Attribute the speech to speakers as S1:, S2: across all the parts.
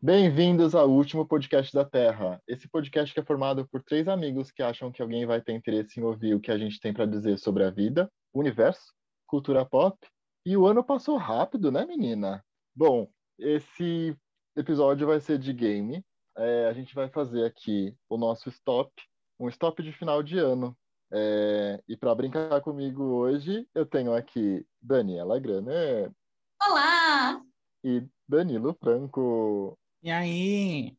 S1: Bem-vindos ao último podcast da Terra. Esse podcast que é formado por três amigos que acham que alguém vai ter interesse em ouvir o que a gente tem para dizer sobre a vida, o universo, cultura pop. E o ano passou rápido, né, menina? Bom, esse episódio vai ser de game. É, a gente vai fazer aqui o nosso stop, um stop de final de ano. É, e para brincar comigo hoje, eu tenho aqui Daniela Graner.
S2: Olá!
S1: E Danilo Franco.
S3: E aí?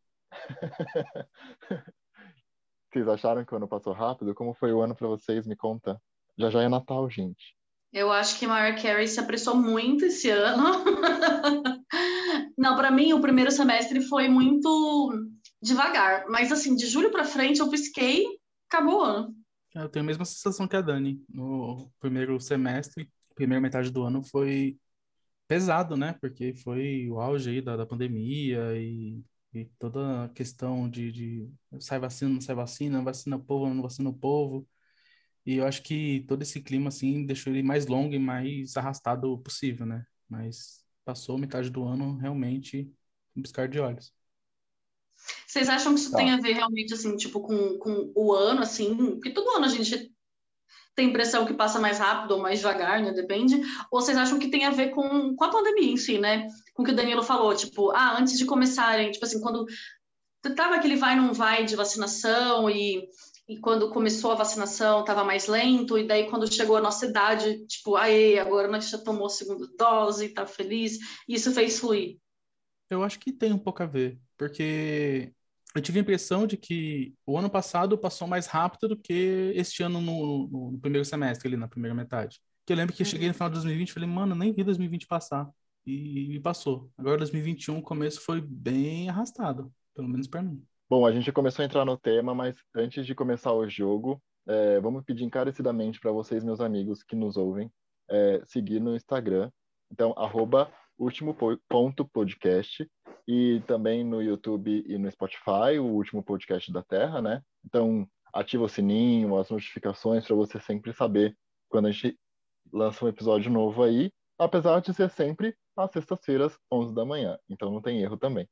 S1: vocês acharam que o ano passou rápido? Como foi o ano para vocês? Me conta. Já já é Natal, gente.
S2: Eu acho que Mariah Carey se apressou muito esse ano. Não, para mim o primeiro semestre foi muito devagar, mas assim, de julho para frente eu pisquei, acabou o ano.
S3: Eu tenho a mesma sensação que a Dani. No primeiro semestre, primeira metade do ano foi pesado, né? Porque foi o auge aí da, da pandemia e, e, toda a questão de, de sai vacina, não sai vacina, vacina o povo, não vacina o povo. E eu acho que todo esse clima, assim, deixou ele mais longo e mais arrastado possível, né? Mas passou metade do ano realmente um piscar de olhos.
S2: Vocês acham que isso tá. tem a ver realmente, assim, tipo, com, com o ano, assim? Porque todo ano a gente tem impressão que passa mais rápido ou mais devagar, né? Depende. Ou vocês acham que tem a ver com, com a pandemia em si, né? Com o que o Danilo falou, tipo, ah, antes de começarem, tipo assim, quando tava aquele vai não vai de vacinação e, e quando começou a vacinação tava mais lento e daí quando chegou a nossa idade, tipo, aí agora nós já tomou a segunda dose, tá feliz, e isso fez fluir.
S3: Eu acho que tem um pouco a ver, porque eu tive a impressão de que o ano passado passou mais rápido do que este ano no, no, no primeiro semestre, ali na primeira metade. Que eu lembro que eu cheguei no final de 2020 e falei, mano, nem vi 2020 passar. E, e, passou. Agora 2021, o começo foi bem arrastado, pelo menos para mim.
S1: Bom, a gente começou a entrar no tema, mas antes de começar o jogo, é, vamos pedir encarecidamente para vocês, meus amigos que nos ouvem, é, seguir no Instagram. Então, arroba último ponto podcast e também no YouTube e no Spotify, o último podcast da Terra, né? Então, ativa o sininho, as notificações para você sempre saber quando a gente lança um episódio novo aí, apesar de ser sempre às sextas-feiras, 11 da manhã. Então, não tem erro também.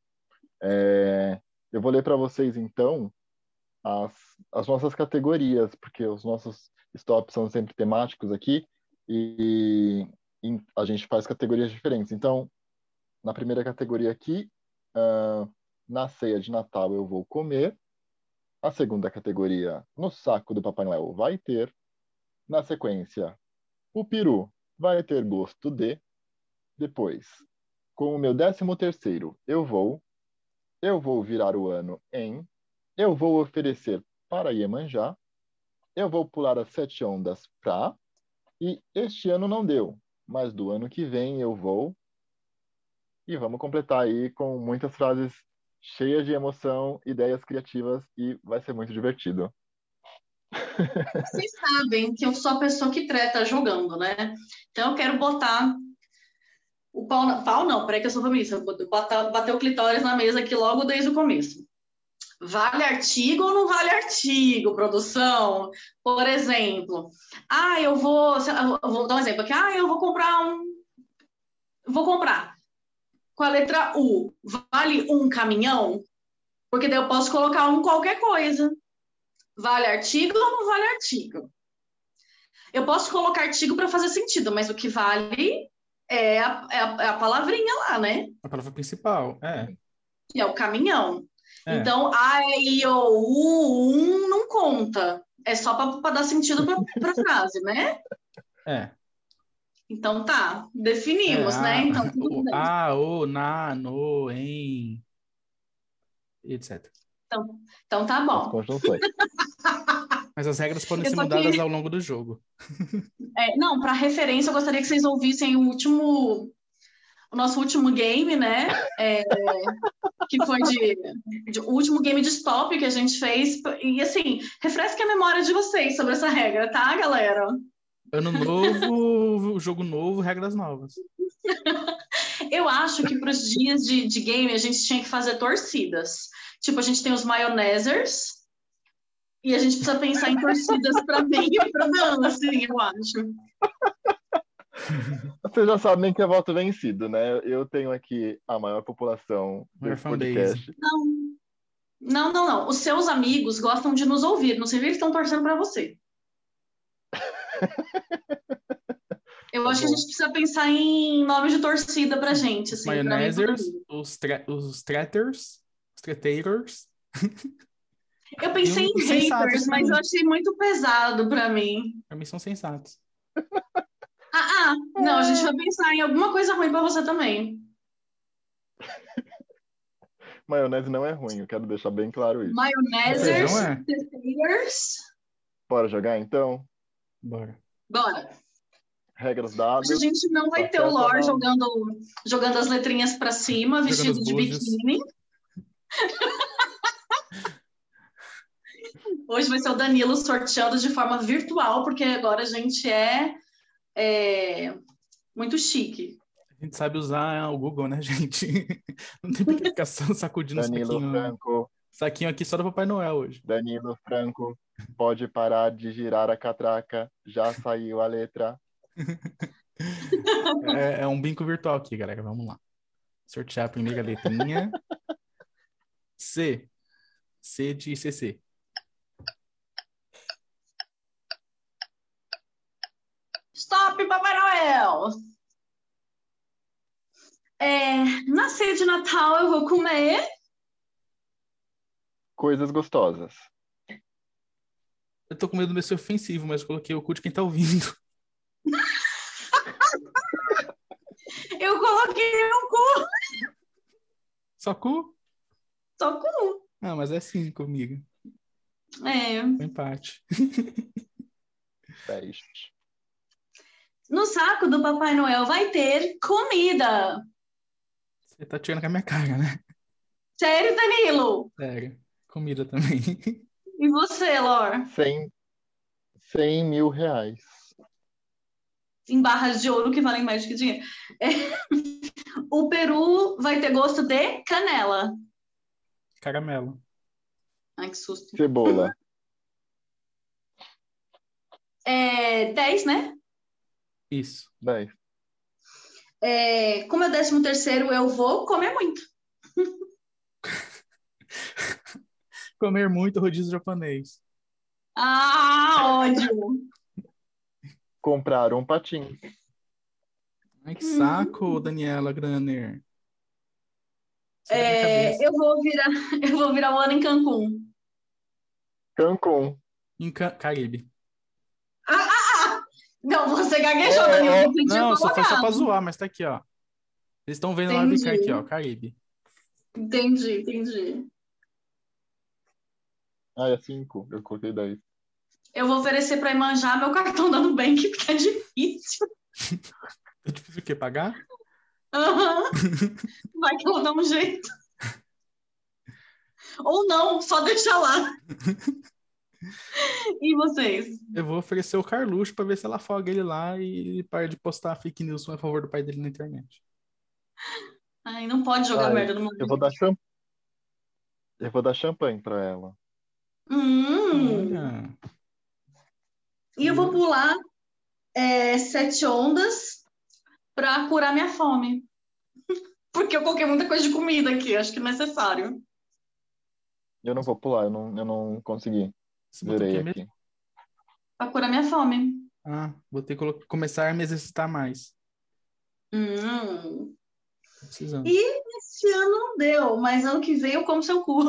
S1: É... Eu vou ler para vocês, então, as, as nossas categorias, porque os nossos stops são sempre temáticos aqui, e a gente faz categorias diferentes. Então, na primeira categoria aqui, uh, na ceia de Natal eu vou comer. A segunda categoria, no saco do Papai Noel vai ter. Na sequência, o peru vai ter gosto de. Depois, com o meu décimo terceiro, eu vou. Eu vou virar o ano em. Eu vou oferecer para Iemanjá. Eu vou pular as sete ondas pra. E este ano não deu, mas do ano que vem eu vou. E vamos completar aí com muitas frases cheias de emoção, ideias criativas e vai ser muito divertido.
S2: Vocês sabem que eu sou a pessoa que treta jogando, né? Então eu quero botar o pau, na... pau não, peraí que eu sou feminista, botar, bater o clitóris na mesa aqui logo desde o começo. Vale artigo ou não vale artigo, produção? Por exemplo, ah, eu vou, eu vou dar um exemplo aqui. Ah, eu vou comprar um. Vou comprar com a letra U. Vale um caminhão? Porque daí eu posso colocar um qualquer coisa. Vale artigo ou não vale artigo? Eu posso colocar artigo para fazer sentido, mas o que vale é a, é, a, é a palavrinha lá, né?
S3: A palavra principal, é.
S2: E é o caminhão. É. Então, A, E, I, O, U, um não conta. É só para dar sentido para a frase, né?
S3: É.
S2: Então tá, definimos,
S3: é,
S2: né? Então,
S3: o, a, o, na, no, em, etc.
S2: Então, então tá bom.
S3: As Mas as regras podem eu ser mudadas que... ao longo do jogo.
S2: É, não, para referência, eu gostaria que vocês ouvissem o último, o nosso último game, né? É... que foi de, de o último game de stop que a gente fez. E assim, refresca a memória de vocês sobre essa regra, tá, galera?
S3: Ano novo, jogo novo, regras novas.
S2: Eu acho que para os dias de, de game a gente tinha que fazer torcidas. Tipo, a gente tem os maionezers e a gente precisa pensar em torcidas para bem e para não, assim, eu acho.
S1: Vocês já sabem que é voto vencido, né? Eu tenho aqui a maior população do podcast.
S2: Não. não, não, não. Os seus amigos gostam de nos ouvir. Não sei se eles estão torcendo para você. Eu tá acho bom. que a gente precisa pensar em nome de torcida pra gente. Assim,
S3: Maionezers, os, tra os traitors, os tretators.
S2: Eu pensei eu, em haters, mas eu achei muito pesado pra mim.
S3: Pra mim são sensatos.
S2: Ah, ah, não, a gente vai pensar em alguma coisa ruim pra você também.
S1: Maionese não é ruim, eu quero deixar bem claro isso.
S2: Maionesers, é. tretators.
S1: Bora jogar então?
S3: Bora.
S2: Bora
S1: regras dadas.
S2: A gente não vai ter o lore jogando, jogando as letrinhas para cima, jogando vestido de biquíni. Hoje vai ser o Danilo sorteando de forma virtual, porque agora a gente é, é muito chique.
S3: A gente sabe usar o Google, né, gente? Não tem por que ficar sacudindo
S1: Danilo
S3: saquinho.
S1: Franco.
S3: Saquinho aqui só do Papai Noel hoje.
S1: Danilo Franco, pode parar de girar a catraca, já saiu a letra.
S3: é, é, um bingo virtual aqui, galera. Vamos lá. Sortear a primeira letrinha. C. C de CC.
S2: Stop, Papai Noel! É, na ceia de Natal eu vou comer.
S1: Coisas gostosas.
S3: Eu tô com medo de ser ofensivo, mas coloquei o cu de quem tá ouvindo.
S2: Eu coloquei um cu.
S3: Só cu?
S2: Só cu.
S3: Ah, mas é assim comigo.
S2: É.
S3: Empate.
S1: Dez.
S2: No saco do Papai Noel vai ter comida.
S3: Você tá tirando com a minha cara, né?
S2: Sério, Danilo?
S3: Sério. Comida também.
S2: E você, Lor?
S1: Cem. Cem mil reais
S2: em barras de ouro que valem mais que dinheiro. É. O peru vai ter gosto de canela.
S3: Caramelo.
S2: Ai, que susto.
S1: Cebola.
S2: É, 10, né?
S3: Isso.
S1: 10.
S2: É, como é o décimo terceiro, eu vou comer muito.
S3: comer muito rodízio japonês.
S2: Ah, ódio!
S1: compraram um patins.
S3: Ai, que saco, Daniela Graner.
S2: É, eu, vou virar, eu vou virar o ano em Cancún.
S1: Cancún.
S3: Em Ca Caribe.
S2: Ah, ah, ah! Não, você gaguejou, é, Danilo.
S3: Não, só foi só pra zoar, mas tá aqui, ó. Vocês estão vendo entendi. lá aqui, ó, Caribe.
S2: Entendi, entendi.
S1: Ah, é cinco. Eu coloquei dez
S2: eu vou oferecer para Imanjá meu cartão da Nubank, porque é difícil.
S3: é difícil o quê? Pagar?
S2: Uhum. Vai que eu dou um jeito. Ou não, só deixar lá. e vocês?
S3: Eu vou oferecer o Carluxo para ver se ela afoga ele lá e para de postar fake news a favor do pai dele na internet.
S2: Ai, não pode jogar Ai, merda no mundo.
S1: Eu vou dar champ... Eu vou dar champanhe para ela.
S2: Hum. Olha. E eu vou pular é, sete ondas para curar minha fome. Porque eu coloquei muita coisa de comida aqui, acho que é necessário.
S1: Eu não vou pular, eu não, eu não consegui. Zerei aqui. aqui.
S2: Pra curar minha fome.
S3: Ah, vou ter que começar a me exercitar mais.
S2: Hum. E esse ano não deu, mas ano que vem eu como seu cu.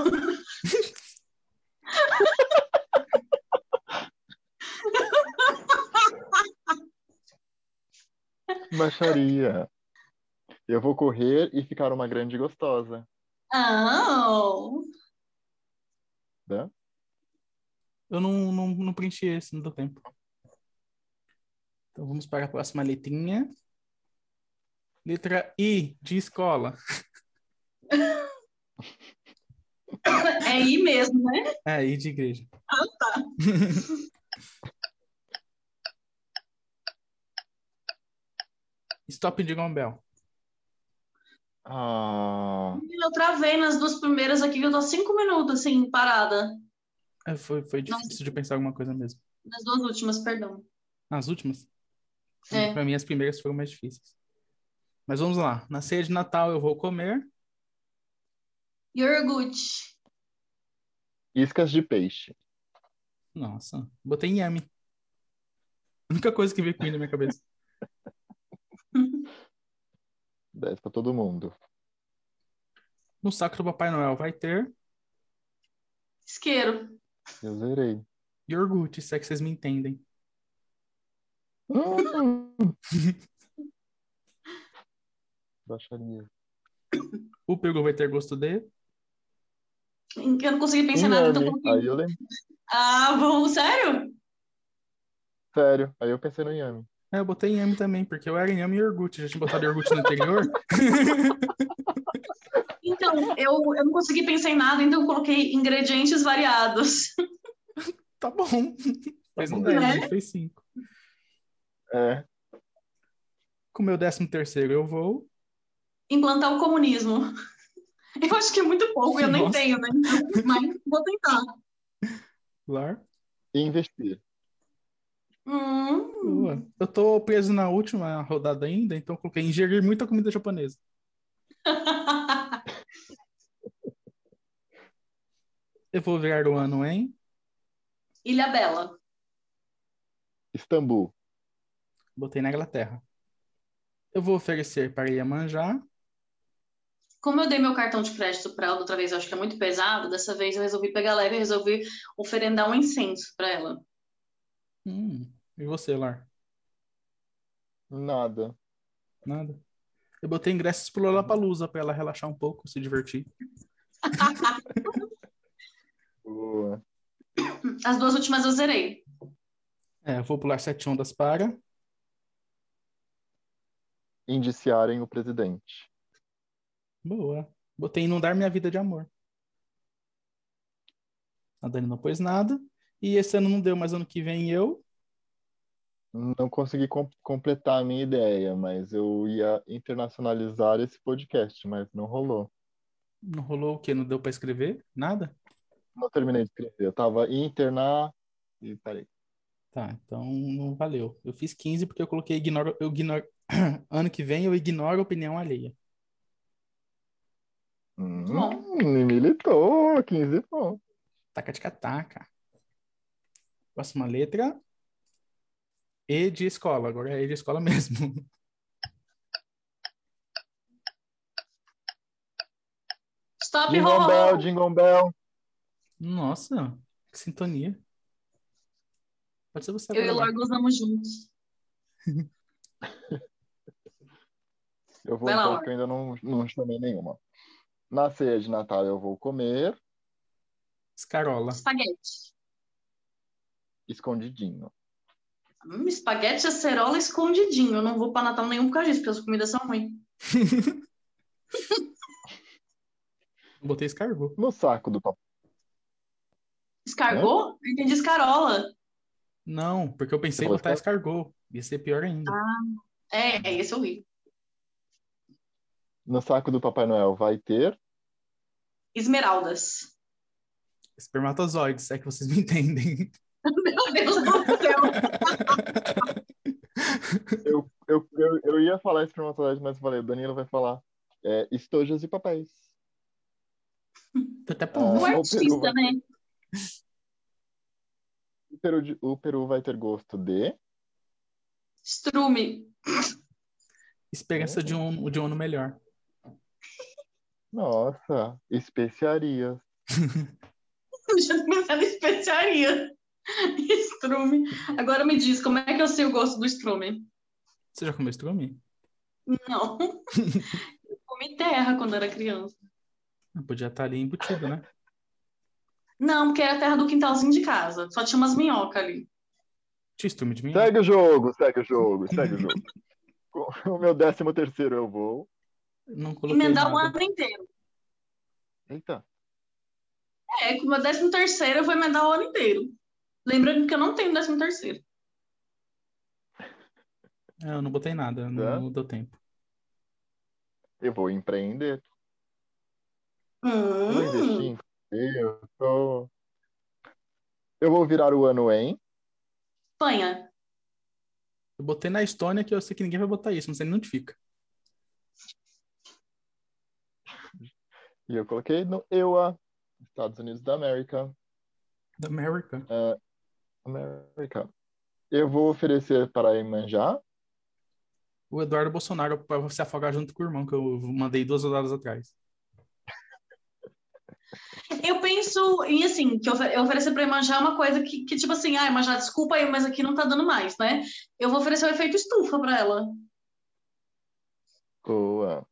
S1: Baixaria. Eu vou correr e ficar uma grande gostosa.
S2: Oh.
S1: Dá?
S3: Eu não, não, não preenchi esse, não deu tempo. Então vamos para a próxima letrinha. Letra I, de escola.
S2: É I mesmo, né?
S3: É, I de igreja.
S2: Ah, tá.
S3: Stop de Gombel.
S1: Ah,
S2: Eu travei nas duas primeiras aqui, que eu tô cinco minutos, assim, parada.
S3: É, foi, foi difícil de pensar alguma coisa mesmo.
S2: Nas duas últimas, perdão.
S3: As últimas?
S2: É.
S3: Para mim, as primeiras foram mais difíceis. Mas vamos lá. Na ceia de Natal eu vou comer
S2: You're good.
S1: iscas de peixe.
S3: Nossa, botei inhame. A única coisa que veio com ele na minha cabeça.
S1: 10 pra todo mundo.
S3: No saco do Papai Noel vai ter
S2: Isqueiro.
S1: Eu zerei.
S3: iogurte, se é que vocês me entendem.
S1: Hum. Baixaria.
S3: O Pirgo vai ter gosto de.
S2: Eu não consegui pensar em nada, então...
S1: Inhame. Aí eu lembro.
S2: Ah, bom, sério?
S1: Sério, aí eu pensei no Yami.
S3: É, eu botei inhame também, porque eu era inhame e iogurte. Já tinha botado iogurte no anterior.
S2: Então, eu, eu não consegui pensar em nada, então eu coloquei ingredientes variados.
S3: tá bom. Fez um
S1: bom.
S3: 10,
S2: Né?
S3: a gente fez 5.
S1: É.
S3: Com o meu décimo terceiro eu vou.
S2: Implantar o comunismo. Eu acho que é muito pouco, eu nem
S3: Nossa.
S2: tenho, né? Mas vou tentar.
S3: Lar.
S1: Investir.
S2: Hum,
S3: Boa. Eu tô preso na última rodada ainda, então eu coloquei ingerir muita comida japonesa. Eu vou virar o ano em
S2: Ilha Bela.
S1: Istambul.
S3: Botei na Inglaterra. Eu vou oferecer para Iemanjá.
S2: Como eu dei meu cartão de crédito para ela da outra vez, eu acho que é muito pesado, dessa vez eu resolvi pegar leve e resolvi oferendar um incenso para ela.
S3: Hum, e você, Lar?
S1: Nada.
S3: Nada? Eu botei ingressos pro Lollapalooza para ela relaxar um pouco, se divertir.
S1: Boa.
S2: As duas últimas eu zerei.
S3: É, eu vou pular sete ondas para.
S1: Indiciarem o presidente.
S3: Boa. Botei inundar minha vida de amor. A Dani não pôs nada. E esse ano não deu, mas ano que vem eu.
S1: Não consegui com- completar a minha ideia, mas eu ia internacionalizar esse podcast, mas não rolou.
S3: Não rolou o quê? Não deu para escrever? Nada?
S1: Não terminei de escrever. Eu tava internar. E peraí.
S3: Tá, então não valeu. Eu fiz 15 porque eu coloquei ignoro, eu ignoro, ano que vem eu ignoro a opinião alheia.
S1: Hum, me militou. 15 pontos.
S3: Taca, tica, taca. Próxima letra. E de escola. Agora é E de escola mesmo.
S2: Stop
S1: Jingle Bell,
S2: rolando.
S1: Jingle Bell.
S3: Nossa, que sintonia. Pode ser você
S2: Eu e o
S3: agora.
S2: Lorgo usamos juntos.
S1: Eu vou
S2: Vai lá,
S1: então,
S2: Laura.
S1: que eu ainda não, não chamei nenhuma. Na ceia de Natal eu vou comer
S3: Escarola.
S2: Espaguete.
S1: escondidinho.
S2: Hum, espaguete acerola escondidinho. Eu não vou para Natal nenhum por causa disso, porque as comidas são ruins.
S3: Eu Botei escargot.
S1: No saco do papai.
S2: Escargou? Eu entendi escarola.
S3: Não, porque eu pensei em
S1: Você
S3: botar
S1: botou
S3: escargot. Ia ser pior ainda.
S2: Ah. É, é esse eu vi.
S1: No saco do Papai Noel vai ter
S2: Esmeraldas.
S3: Espermatozoides, é que vocês me entendem.
S2: Meu Oh, Deus do céu.
S1: Eu, eu, eu ia falar espermatozoide, mas eu falei, o Danilo vai falar é, estojas e papéis.
S3: Tô até
S2: Um
S1: Ah.
S3: pulando.
S2: artista, né?
S1: O Peru, de- o Peru vai ter gosto de
S2: Strume.
S3: Esperança de um, de um ano melhor.
S1: nossa, especiarias.
S2: Eu já tô pensando em especiaria. Strume. Agora me diz, como é que eu sei o gosto do strume?
S3: Você já comeu estrume?
S2: Não. Eu comi terra quando era criança.
S3: Eu Podia estar ali embutido, né?
S2: Não, porque era terra do quintalzinho de casa. Só tinha umas minhocas ali.
S3: Tinha estrume de mim?
S1: Segue o jogo, segue o jogo, segue o jogo. Com o meu décimo terceiro eu vou.
S3: Não coloquei
S2: Emendar um o
S3: nada.
S2: ano inteiro.
S1: Eita,
S2: É, com o meu décimo terceiro eu vou emendar o ano inteiro. Lembrando que eu não tenho décimo terceiro.
S3: É, eu não botei nada, não,
S1: Tá.
S3: não deu tempo.
S1: Eu vou empreender. Eu vou investir
S2: Hum,
S1: em você, eu tô- Eu vou virar o ano em.
S2: Espanha.
S3: Eu botei na Estônia que eu sei que ninguém vai botar isso, não sei nem onde fica.
S1: E eu coloquei no EUA, Estados Unidos da América. É,
S3: Da América.
S1: América. Eu vou oferecer para a Iemanjá.
S3: O Eduardo Bolsonaro pra se afogar junto com o irmão, que eu mandei duas rodadas atrás.
S2: Eu penso em, assim, que eu ofe- eu oferecer para Emanjá uma coisa que, que, tipo assim, ah, Emanjá, desculpa aí, mas aqui não tá dando mais, né? Eu vou oferecer o efeito estufa para ela.
S1: Boa.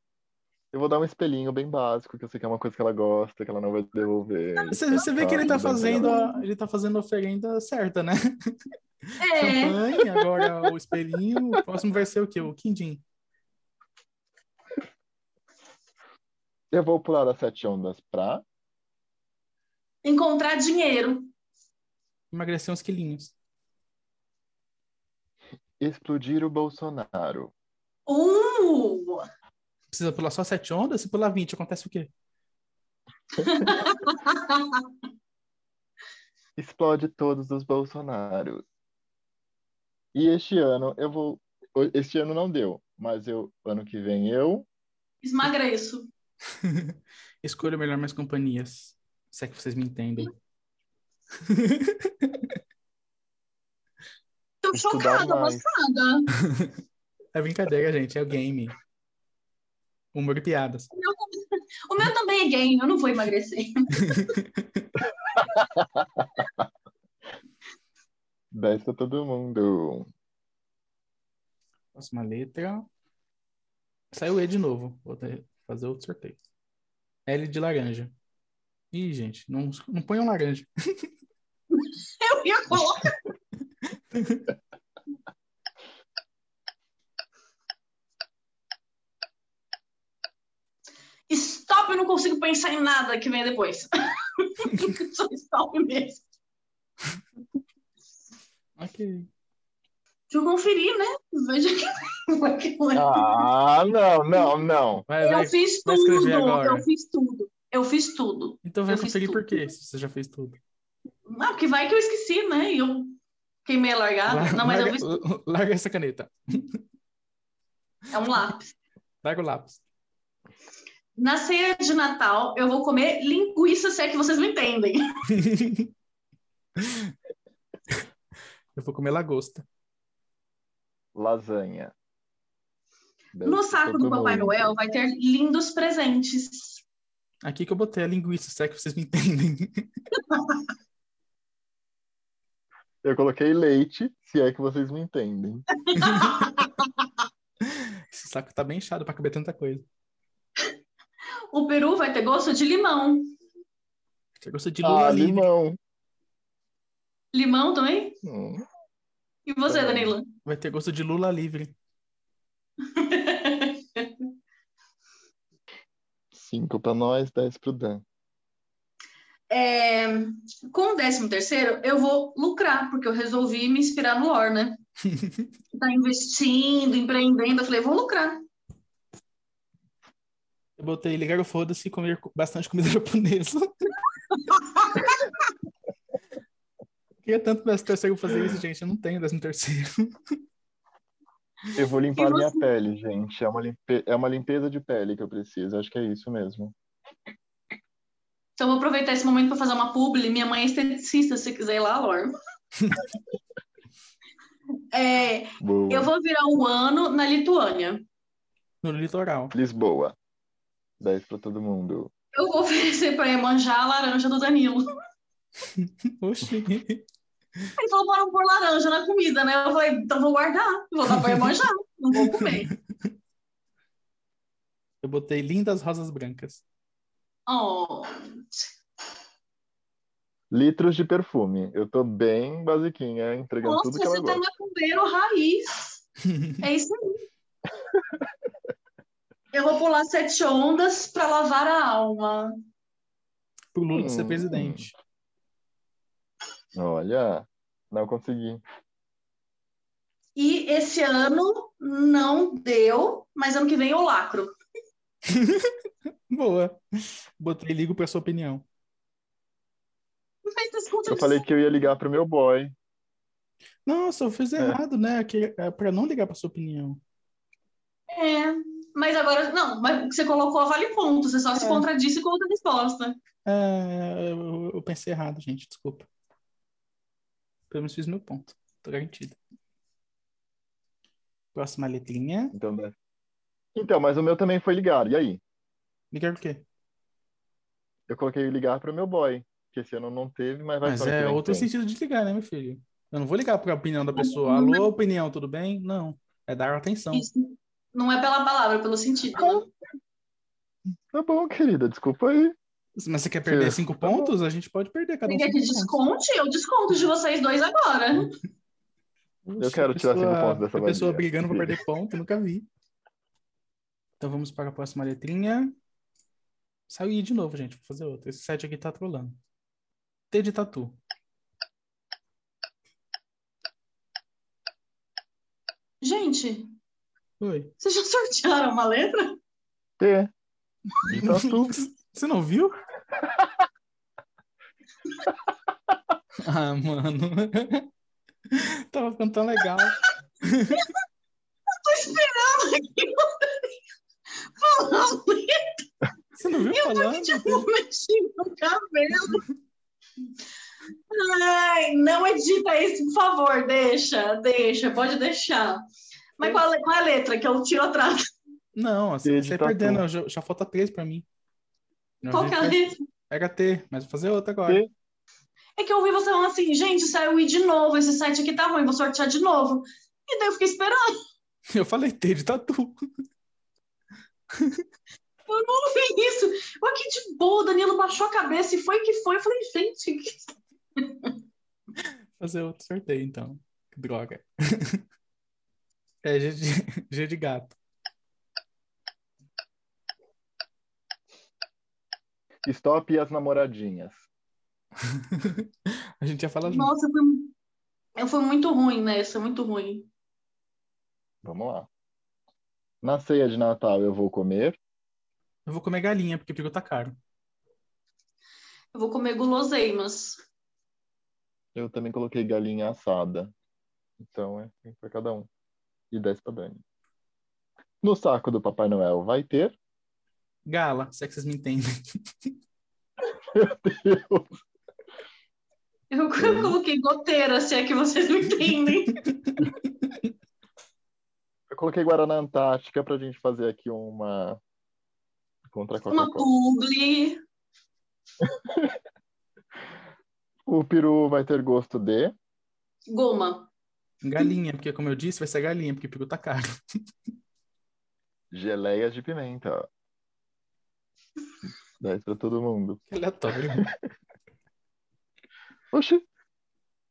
S1: Eu vou dar um espelhinho bem básico, que eu sei que é uma coisa que ela gosta, que ela não vai devolver.
S3: Você, você vê que ele tá
S1: Tá, tudo bem,
S3: fazendo a, ele tá fazendo a oferenda certa, né?
S2: É,
S3: Champanhe, agora o espelhinho. O próximo vai ser o quê? O quindim.
S1: Eu vou pular as sete ondas pra.
S2: encontrar dinheiro.
S3: Emagrecer uns quilinhos.
S1: Explodir o Bolsonaro.
S2: Uh!
S3: Precisa pular só sete ondas? Se pular 20, acontece o quê?
S1: Explode todos os Bolsonaros. E este ano eu vou. Este ano não deu, mas eu ano que vem eu.
S2: Esmagreço.
S3: Escolha melhor mais companhias. Se é que vocês me entendem.
S2: Tô
S1: Estudar
S2: chocada,
S1: mais.
S2: moçada.
S3: É brincadeira, gente. É o game. Humor e piadas.
S2: O meu também é gay, eu não vou emagrecer.
S1: Dez pra todo mundo.
S3: Próxima letra. Saiu E de novo. Vou ter- fazer outro sorteio. L de laranja. Ih, gente, não, não ponham laranja.
S2: Eu ia colocar. Stop, eu não consigo pensar em nada que vem depois. Só stop mesmo.
S3: Ok.
S2: Deixa eu conferir, né? Veja que.
S1: Ah, não, não, não.
S3: Vai, vai.
S2: eu fiz
S3: vai escrever
S2: tudo,
S3: agora.
S2: eu fiz tudo. Eu fiz tudo.
S3: Então vai
S2: eu fiz
S3: conseguir por
S2: tudo.
S3: quê? Se você já fez tudo.
S2: Ah, porque vai que eu esqueci, né? E eu queimei a largada.
S3: Larga,
S2: Ah, não, mas eu fiz.
S3: larga- larga essa caneta.
S2: É um lápis.
S3: Larga o lápis.
S2: Na ceia de Natal, eu vou comer linguiça, se é que vocês me entendem.
S3: Eu vou comer lagosta.
S1: Lasanha. Dez
S2: No
S1: pra
S2: saco
S1: todo
S2: do Papai
S1: mundo.
S2: Noel vai ter lindos presentes.
S3: Aqui que eu botei a linguiça, se é que vocês me entendem.
S1: Eu coloquei leite, se é que vocês me entendem.
S2: É
S3: Esse saco tá bem inchado pra caber tanta coisa.
S2: O peru vai ter gosto de limão.
S3: Você gosta de Lula
S1: Ah,
S3: livre.
S1: limão.
S2: Limão também?
S1: Hum.
S2: E você,
S1: Também.
S2: Danilo?
S3: Vai ter gosto de Lula livre.
S1: Cinco pra nós, dez pro Dan.
S2: É, com o décimo terceiro, eu vou lucrar, porque eu resolvi me inspirar no War, né? tá investindo, empreendendo. Eu falei, vou lucrar.
S3: Eu botei ligar o foda-se e comer co- bastante comida japonesa. Queria tanto que décimo terceiro fazer isso, gente. Eu não tenho décimo terceiro.
S1: Eu vou
S2: E
S1: limpar minha
S2: você?
S1: pele, gente. É uma, limpe- é uma limpeza de pele que eu preciso. Acho que é isso mesmo.
S2: Então, eu vou aproveitar esse momento para fazer uma publi. Minha mãe é esteticista, se quiser ir lá, Lor. É,
S1: Boa.
S2: Eu vou virar um ano na Lituânia.
S3: No litoral.
S1: Lisboa. Dez pra todo mundo.
S2: Eu vou oferecer para Iemanjá a laranja do Danilo.
S3: Oxi.
S2: Ele falou para não pôr laranja na comida, né? Eu falei, então vou guardar. Vou dar para Iemanjá. Não vou comer.
S3: Eu botei lindas rosas brancas.
S2: Oh,
S1: Litros de perfume. Eu tô bem basiquinha, entregando
S2: nossa,
S1: tudo que
S2: você
S1: ela
S2: tá
S1: gosta.
S2: macumbeiro raiz. É isso aí. Eu vou pular sete ondas para lavar a alma.
S3: pro Lula ser
S1: Hum.
S3: presidente.
S1: Olha, não consegui.
S2: E esse ano não deu, mas ano que vem eu lacro.
S3: Boa. Botei ligo pra sua opinião.
S2: Mas das contas,
S1: Eu falei que eu ia ligar pro meu boy.
S3: Nossa, eu fiz
S1: É.
S3: errado, né? Aquele, é pra não ligar pra sua opinião.
S2: É, mas agora, não, mas o que você colocou vale ponto, você só se
S3: É.
S2: contradisse com outra resposta.
S3: É, eu, eu pensei errado, gente, desculpa. Pelo menos fiz meu ponto. Tô garantido. Próxima letrinha.
S1: Então, né? então, mas o meu também foi ligar. E aí?
S3: Ligar o quê?
S1: Eu coloquei ligar pro meu boy. Que esse ano não teve, mas vai
S3: Mas
S1: pro ano que
S3: é
S1: vem
S3: outro
S1: tem.
S3: sentido de ligar, né, meu filho? Eu não vou ligar pra opinião da pessoa. Alô, opinião, tudo bem? Não. É dar atenção.
S2: Isso não é pela palavra, é pelo sentido. né? Hum?
S1: Tá bom, querida. Desculpa aí.
S3: Mas você quer perder
S1: Sim.
S3: cinco pontos? A gente pode perder cada um
S2: Você quer que
S3: cinco pontos.
S2: desconte? Eu desconto de vocês dois agora.
S1: Eu quero
S3: A
S1: tirar cinco
S3: pessoa-
S1: pontos dessa
S3: A pessoa
S1: vadia.
S3: brigando pra perder ponto, nunca vi. Então vamos para a próxima letrinha. Saiu de novo, gente. Vou fazer outra. Esse site aqui tá trolando. T de tatu.
S2: Gente,
S3: Oi.
S2: vocês já sortearam uma letra?
S1: Tê. De tatu.
S3: Você não viu? ah, mano. Tava ficando tão legal.
S2: Tô esperando aqui falar um letra
S3: Você não viu falando?
S2: mexendo no cabelo. Ai, não edita isso, por favor. Deixa, deixa, pode deixar. Mas qual, é- qual é a letra que eu tiro atrás?
S3: Não, ó,
S1: T
S3: você
S1: de
S3: você
S1: tatu.
S3: perdendo. Já, já falta três pra mim. Já
S2: Qual que é a
S3: fez-
S2: letra?
S3: Era T, mas vou fazer outra agora.
S1: T.
S2: É que eu ouvi você falando assim, gente, saiu I de novo, esse site aqui tá ruim, vou sortear de novo. E daí eu fiquei esperando,
S3: Eu falei T de tatu.
S2: eu não ouvi é isso. Eu aqui de boa, o Danilo baixou a cabeça e foi que foi. Eu falei, gente, que-
S3: Fazer outro sorteio, então. Que droga. É G de, G de gato.
S1: Stop e as namoradinhas.
S3: A gente ia falar
S1: Uhum.
S3: junto.
S2: nossa, foi... eu fui muito ruim nessa, muito ruim.
S1: Vamos lá. Na ceia de Natal eu vou comer.
S3: Eu vou comer galinha, porque peru tá caro.
S2: Eu vou comer guloseimas.
S1: Eu também coloquei galinha assada. Então é um pra cada um. E 10 pra Dani. No saco do Papai Noel vai ter.
S3: Gala, se é que vocês me entendem.
S2: Eu
S1: Uhum.
S2: coloquei goteira, se é que vocês me entendem.
S1: Eu coloquei Guaraná Antártica pra gente fazer aqui uma. Contra a
S2: Uma
S1: Coca-Cola.
S2: publi.
S1: O peru vai ter gosto de.
S2: Goma.
S3: Galinha, porque como eu disse, vai ser galinha, porque peru tá caro.
S1: Geleias de pimenta. 10 pra todo mundo.
S3: Que aleatório.
S1: Oxi!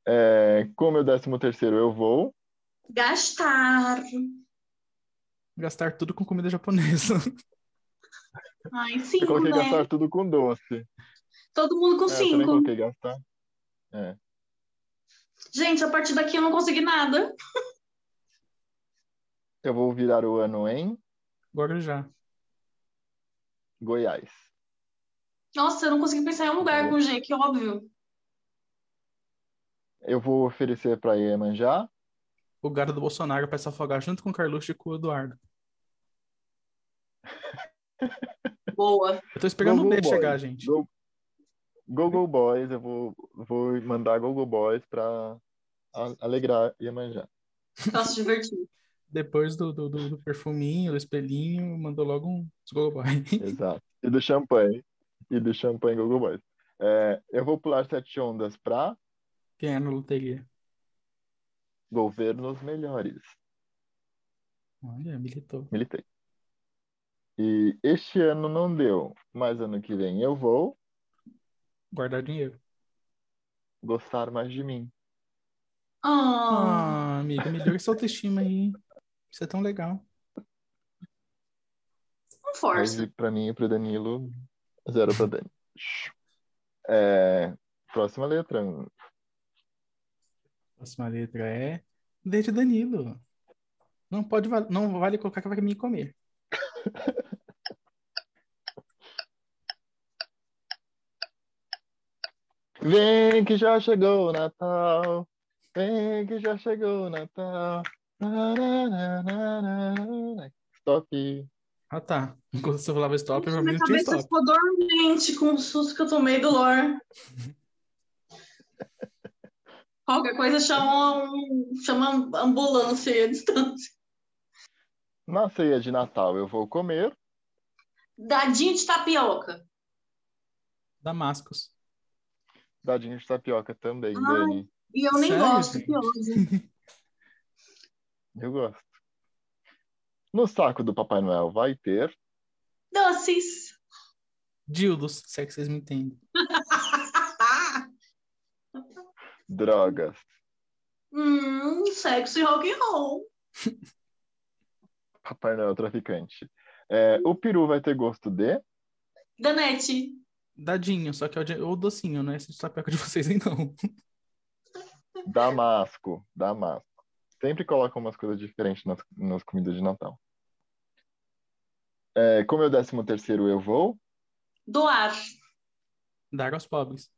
S1: É, com o meu 13 terceiro eu vou.
S2: Gastar.
S3: Gastar tudo com comida japonesa.
S2: Ai, sim,
S1: Eu coloquei
S2: né?
S1: gastar tudo com doce.
S2: Todo mundo
S1: É,
S2: com
S1: eu também
S2: cinco.
S1: coloquei gastar.
S2: Gente, a partir daqui eu não consegui nada.
S1: Eu vou virar o ano em
S3: Guarujá.
S1: Goiás.
S2: Nossa, eu não consegui pensar em um
S1: Tá
S2: lugar com G, que óbvio.
S1: Eu vou oferecer pra Iemanjá.
S3: O gado do Bolsonaro pra se afogar junto com o Carluxo e com o Eduardo.
S2: Boa.
S3: Eu tô esperando
S1: Google
S3: o B
S1: Boy.
S3: chegar, gente.
S1: Go... Google Boys, eu vou, vou mandar Google Boys pra a- alegrar Iemanjá.
S2: Tá se divertindo.
S3: Depois do, do, do- do perfuminho, do espelhinho, mandou logo um Google Boy.
S1: Exato. E do champanhe. E do champanhe Google Boys. É, eu vou pular sete ondas pra
S3: Quem é na loteria?
S1: governos melhores.
S3: Olha, militou.
S1: Militei. E este ano não deu, mas ano que vem eu vou
S3: Guardar dinheiro.
S1: gostar mais de mim.
S2: Ah,
S3: Ah, amigo, melhora essa autoestima aí. hein? Isso é tão legal.
S2: não força.
S1: Mas pra mim e pro Danilo, zero pra Dani. É, próxima letra. um.
S3: Próxima letra é D de Danilo. Não pode, val- não vale colocar que vai me comer.
S1: Vem que já chegou o Natal. Vem que já chegou o Natal. Nananana. Stop.
S3: Ah, tá. Enquanto você falava stop, eu
S2: Minha
S3: não tinha
S2: cabeça
S3: stop.
S2: ficou dormente com o susto que eu tomei do lore. Qualquer coisa chama, um- chama ambulância à distância.
S1: Na ceia de Natal eu vou comer.
S2: Dadinho de tapioca.
S3: Damascos.
S1: Dadinho de tapioca também,
S2: Ai.
S1: Dani.
S2: E eu nem
S3: Sério,
S2: gosto,
S3: gente?
S2: que ódio.
S1: Eu gosto. No saco do Papai Noel vai ter.
S2: Doces.
S3: Dildos, se é que vocês me entendem.
S1: Drogas.
S2: hum, sexo e rock and roll.
S1: Papai Noel traficante. É, o peru vai ter gosto de.
S2: Danete.
S3: Dadinho, só que é o, de- o docinho, não é esse de tapioca de vocês aí, não.
S1: Damasco, Damasco. Sempre colocam umas coisas diferentes nas, nas comidas de Natal. É, como é o décimo terceiro eu vou,
S2: Doar.
S3: Dar aos pobres.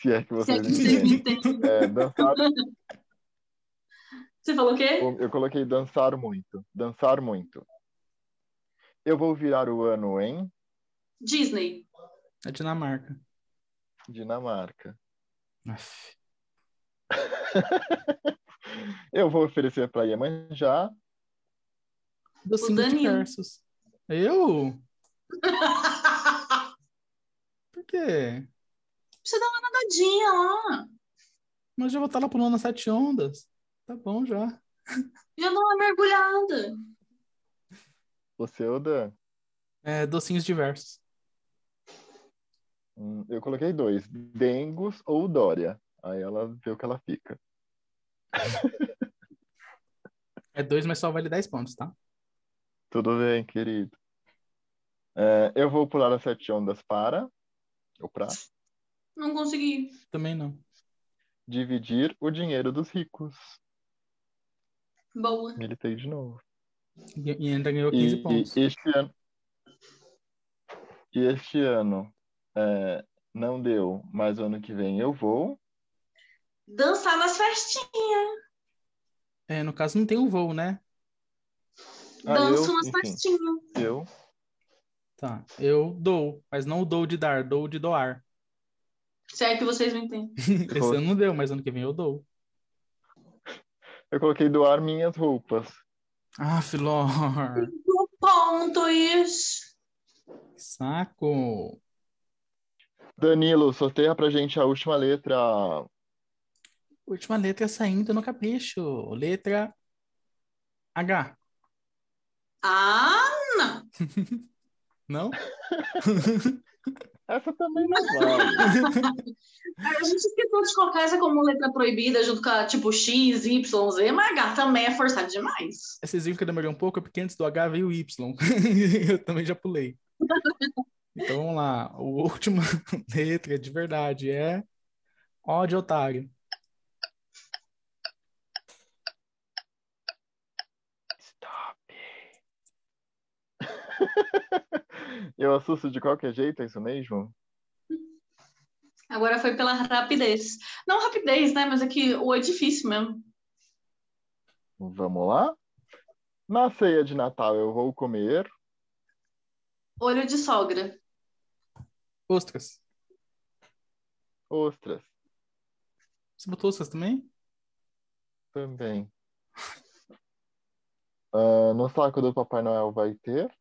S1: se é que
S2: Se é
S1: vocês
S2: que vocês
S1: entendem.
S2: me entendem.
S1: É, dançar,
S2: Você falou o quê?
S1: eu coloquei dançar muito, dançar muito. Eu vou virar o ano em
S2: Disney.
S3: A É Dinamarca.
S1: Dinamarca.
S3: Aff.
S1: Eu vou oferecer para Iemanjá
S3: Docinho de
S2: Danilo.
S3: versos. Eu? Por quê?
S2: Tadinha lá.
S3: Mas já vou estar lá pulando as sete ondas. Tá bom já.
S2: Já dá uma mergulhada.
S1: o seu Dan.
S3: É, docinhos diversos.
S1: Hum, Eu coloquei dois, Dengus ou Dória. Aí ela vê o que ela fica.
S3: É dois, mas só vale 10 pontos, tá?
S1: Tudo bem, querido. É, eu vou pular as sete ondas para, ou pra,
S2: Não consegui.
S3: Também não.
S1: dividir o dinheiro dos ricos.
S2: Boa.
S1: Militei de novo.
S3: E, e ainda ganhou 15
S1: E,
S3: pontos.
S1: e este ano, e este ano é, não deu, mas o ano que vem eu vou.
S2: Dançar nas festinhas.
S3: É, no caso, não tem o voo, né?
S1: Ah,
S2: Danço
S1: eu?
S2: nas
S1: Enfim.
S2: festinhas.
S1: Eu
S3: Tá. Eu dou, mas não o dou de dar, dou de doar.
S2: Se é que vocês me entendem.
S3: Esse ano não deu, mas ano que vem eu dou.
S1: eu coloquei doar minhas roupas.
S3: Ah, Filó!
S2: Um ponto isso.
S3: Saco!
S1: Danilo, sorteia pra gente a última letra.
S3: Última letra saindo no capricho. Letra H.
S2: Ah,
S3: Não?
S1: Essa também não vale.
S2: a gente esqueceu de colocar essa como letra proibida junto com a tipo X, Y, Z, mas H também é forçado demais.
S3: Vocês viram que eu demorei um pouco, é porque antes do H veio o Y. eu também já pulei. Então vamos lá. A última letra de verdade é O de otário.
S1: Stop. Eu assusto de qualquer jeito, é isso mesmo?
S2: Agora foi pela rapidez. Não rapidez, né? Mas é que o é difícil mesmo.
S1: Vamos lá? Na ceia de Natal eu vou comer
S2: Olho de sogra.
S3: Ostras.
S1: ostras
S3: Você botou ostras também?
S1: também. Ah, no saco do Papai Noel vai ter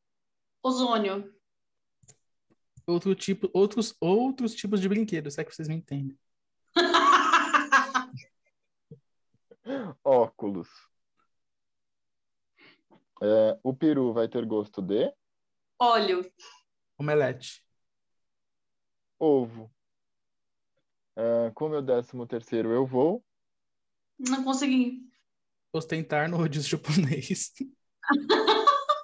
S2: Ozônio.
S3: Outro tipo, outros, outros tipos de brinquedos, se é que vocês me entendem.
S1: óculos. É, o peru vai ter gosto de
S2: Óleo.
S3: Omelete.
S1: ovo. É, com meu décimo terceiro eu vou.
S2: Não consegui.
S3: Ostentar no rodízio japonês.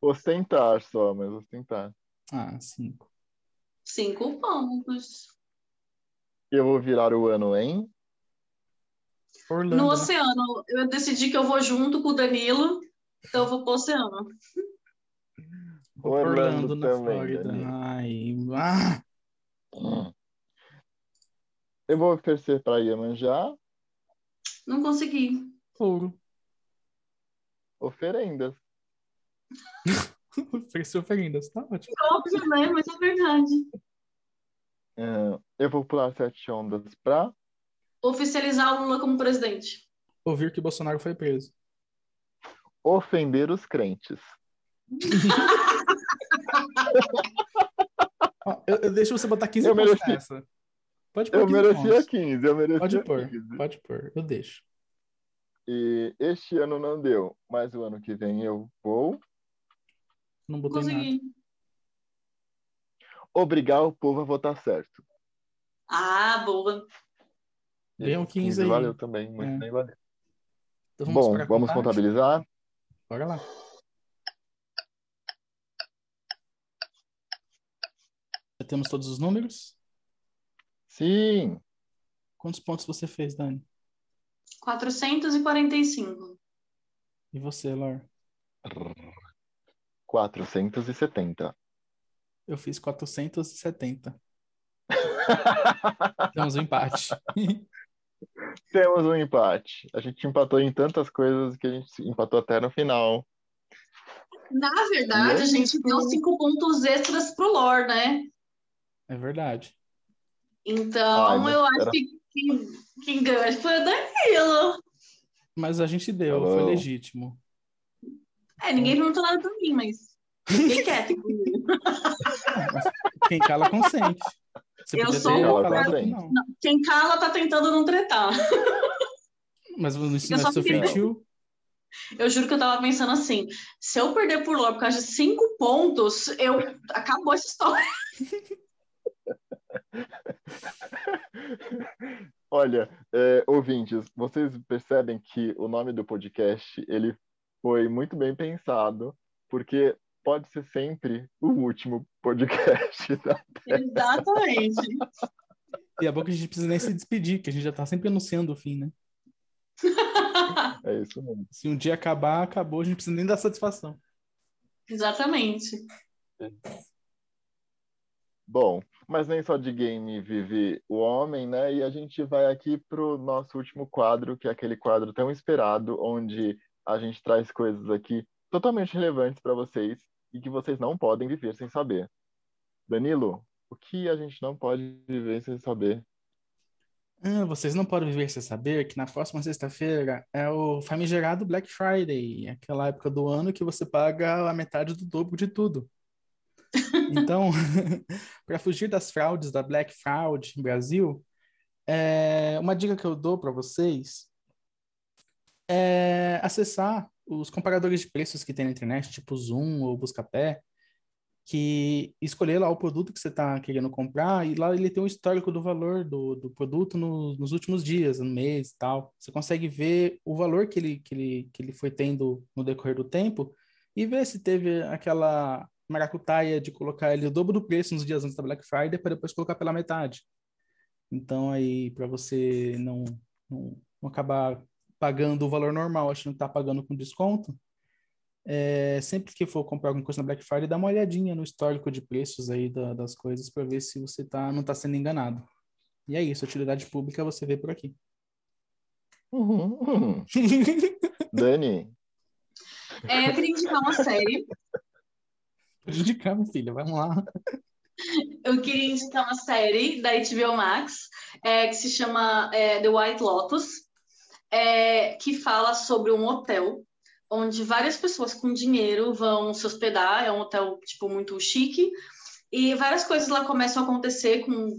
S1: Ostentar só, mas ostentar.
S3: Ah, cinco.
S2: Cinco pontos.
S1: Eu vou virar o ano em.
S3: Orlando.
S2: No
S3: né?
S2: oceano, eu decidi que eu vou junto com o Danilo, então eu vou pro oceano.
S3: Orlando,
S1: Orlando
S3: na
S1: também,
S3: Flórida.
S1: Danilo.
S3: Ai, ah,
S1: Hum. Eu vou oferecer para Iemanjá
S2: Não consegui.
S3: ouro.
S1: oferendas.
S3: Ofereceu oferendas, tá ótimo.
S2: Óbvio, né? Mas é verdade.
S1: Ah, eu vou pular sete ondas para.
S2: Oficializar o Lula como presidente.
S3: Ouvir que Bolsonaro foi preso.
S1: ofender os crentes.
S3: Ó, eu, eu deixo você botar 15
S1: Eu
S3: pontos
S1: mereci.
S3: nessa. Pode pôr
S1: Eu
S3: 15
S1: merecia
S3: pontos.
S1: 15, eu merecia
S3: Pode pôr,
S1: 15.
S3: pode pôr. Eu deixo.
S1: E este ano não deu, mas o ano que vem eu vou
S3: Não
S2: Não
S3: botei nada.
S2: consegui.
S1: obrigar o povo a votar certo.
S2: Ah, boa.
S3: Ganhou
S1: Esses
S3: 15 aí.
S1: Valeu também, muito
S3: É.
S1: bem, valeu.
S3: Então
S1: Bom,
S3: pra
S1: vamos
S3: contagem?
S1: contabilizar.
S3: Bora lá. Já temos todos os números?
S1: Sim,
S3: Quantos pontos você fez, Dani?
S2: 445.
S3: E você, Laura?
S1: 470.
S3: Eu fiz 470. Temos um empate.
S1: Temos um empate. A gente empatou em tantas coisas que a gente empatou até no final.
S2: Na verdade, a gente deu cinco pontos extras pro Lore, né?
S3: É verdade.
S1: Ai,
S2: Então,
S1: mas
S2: eu acho
S1: era-
S2: que quem, quem ganhou foi o Danilo.
S3: Mas a gente deu,
S1: Alô?
S3: foi legítimo.
S2: É, ninguém perguntou nada pra mim, mas. Quem quer?
S3: Quem cala consente. Você
S2: Eu
S3: podia
S2: sou
S3: ter
S1: uma
S3: falado que
S1: consente.
S3: não.
S2: Quem cala tá tentando não tretar.
S3: Mas isso
S2: Eu
S3: não
S2: só
S3: é
S2: fiquei-
S3: suficiente.
S2: Eu juro que eu tava pensando assim: se eu perder por Lore por causa de cinco pontos, eu acabou essa história.
S1: Olha, é, ouvintes, vocês percebem que o nome do podcast ele foi muito bem pensado, porque pode ser sempre o último podcast. tá?
S2: Exatamente.
S3: E a boca a gente precisa nem se despedir, que a gente já tá sempre anunciando o fim, né?
S1: É isso mesmo.
S3: Se um dia acabar, acabou, a gente não precisa nem dar satisfação.
S2: Exatamente.
S1: Bom, mas nem só de game vive o homem, né? E a gente vai aqui pro nosso último quadro, que é aquele quadro tão esperado, onde a gente traz coisas aqui totalmente relevantes para vocês e que vocês não podem viver sem saber. Danilo, o que a gente não pode viver sem saber?
S3: Ah, vocês não podem viver sem saber que na próxima sexta-feira é o famigerado Black Friday, É aquela época do ano que você paga a metade do dobro de tudo. Então, para fugir das fraudes da Black Fraud no Brasil, é, uma dica que eu dou para vocês é acessar os comparadores de preços que tem na internet, tipo Zoom ou Buscapé, que escolher lá o produto que você está querendo comprar e lá ele tem um histórico do valor do, do produto no- nos últimos dias, no mês e tal. Você consegue ver o valor que ele, que, ele, que ele foi tendo no decorrer do tempo e ver se teve aquela maracutaia de colocar ele o dobro do preço nos dias antes da Black Friday para depois colocar pela metade. Então aí, para você não, não, não acabar pagando o valor normal, achando que está pagando com desconto, é, sempre que for comprar alguma coisa na Black Friday, dá uma olhadinha no histórico de preços aí da- das coisas para ver se você tá, não está sendo enganado. E é isso, utilidade pública você vê por aqui.
S1: Uhum, uhum. Dani,
S2: É, eu queria indicar uma série.
S3: Pode indicar, minha filha, vamos lá.
S2: Eu queria indicar uma série da HBO Max é, que se chama é, The White Lotus, é, que fala sobre um hotel onde várias pessoas com dinheiro vão se hospedar. É um hotel tipo muito chique e várias coisas lá começam a acontecer com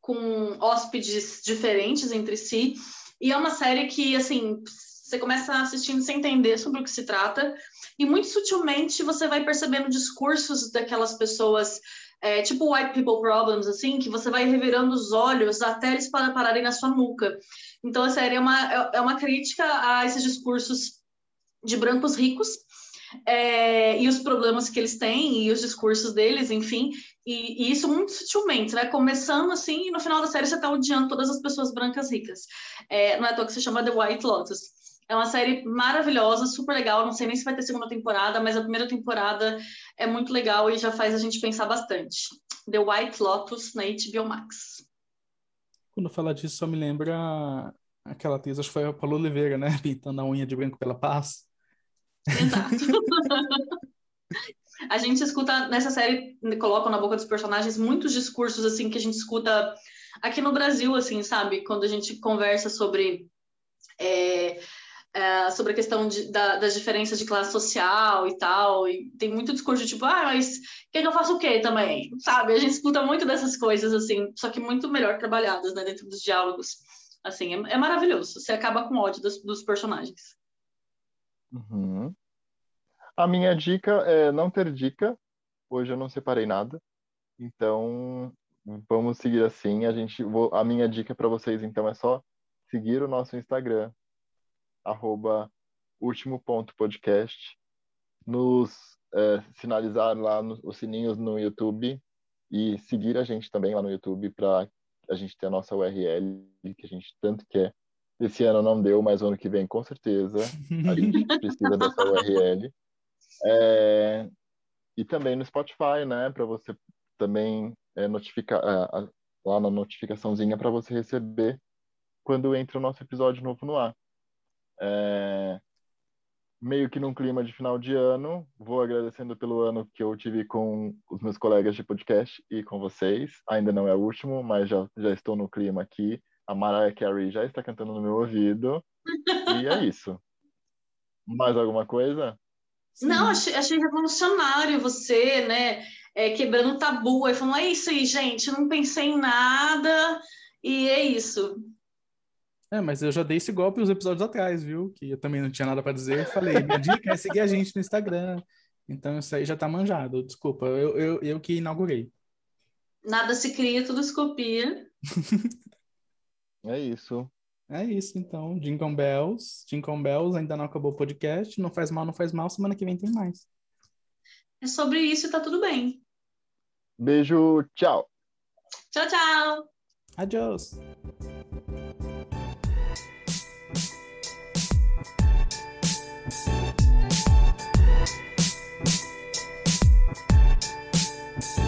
S2: com hóspedes diferentes entre si. E é uma série que assim você começa assistindo sem entender sobre o que se trata e muito sutilmente você vai percebendo discursos daquelas pessoas é, tipo white people problems, assim, que você vai revirando os olhos até eles para- pararem na sua nuca. Então, a série é uma, é- é uma crítica a esses discursos de brancos ricos É, e os problemas que eles têm e os discursos deles, enfim, e, e isso muito sutilmente, vai né? começando assim e no final da série você está odiando todas as pessoas brancas ricas. É, não é à toa que se chama The White Lotus. É uma série maravilhosa, super legal. Não sei nem se vai ter segunda temporada, mas a primeira temporada é muito legal e já faz a gente pensar bastante. The White Lotus na HBO Max.
S3: Quando falar disso, só me lembra aquela atriz, acho que foi a Paula Oliveira, né? Pintando a unha de branco pela paz.
S2: Exato. a gente escuta nessa série, colocam na boca dos personagens muitos discursos assim que a gente escuta aqui no Brasil, assim, sabe? Quando a gente conversa sobre. É... É, sobre a questão de, da, das diferenças de classe social e tal. E tem muito discurso tipo, ah, mas quer que eu faça o quê também? Sabe? A gente escuta muito dessas coisas, assim, só que muito melhor trabalhadas né, dentro dos diálogos. Assim, é, é maravilhoso. Você acaba com ódio dos, dos personagens.
S1: Uhum. A minha dica é não ter dica. Hoje eu não separei nada. Então, vamos seguir assim. A, gente, vou, a minha dica para vocês, então, é só seguir o nosso Instagram, arroba último ponto podcast, nos é, sinalizar lá no, os sininhos no YouTube e seguir a gente também lá no YouTube para a gente ter a nossa URL que a gente tanto quer. Esse ano não deu, mas ano que vem com certeza a gente precisa dessa URL. É, e também no Spotify, né, para você também é, notificar lá na notificaçãozinha para você receber quando entra o nosso episódio novo no ar. É, meio que num clima de final de ano. Vou agradecendo pelo ano que eu tive com os meus colegas de podcast e com vocês. Ainda não é o último, mas já, já estou no clima aqui. A Mariah Carey já está cantando no meu ouvido. E é isso. Mais alguma coisa?
S2: Não, achei, achei revolucionário você, né? É, quebrando tabu. Aí falando, é isso aí, gente. Não pensei em nada. E é isso.
S3: É, mas eu já dei esse golpe uns episódios atrás, viu? Que eu também não tinha nada para dizer. Eu falei, minha dica é seguir a gente no Instagram. Então isso aí já tá manjado. Desculpa, eu, eu, eu que inaugurei.
S2: Nada se cria, tudo se copia.
S1: é isso.
S3: É isso, então. Jingle Bells. Jingle Bells ainda não acabou o podcast. Não faz mal, não faz mal. Semana que vem tem mais.
S2: É sobre isso e tá tudo bem.
S1: Beijo, tchau.
S2: Tchau, tchau.
S3: Adiós. Thank you.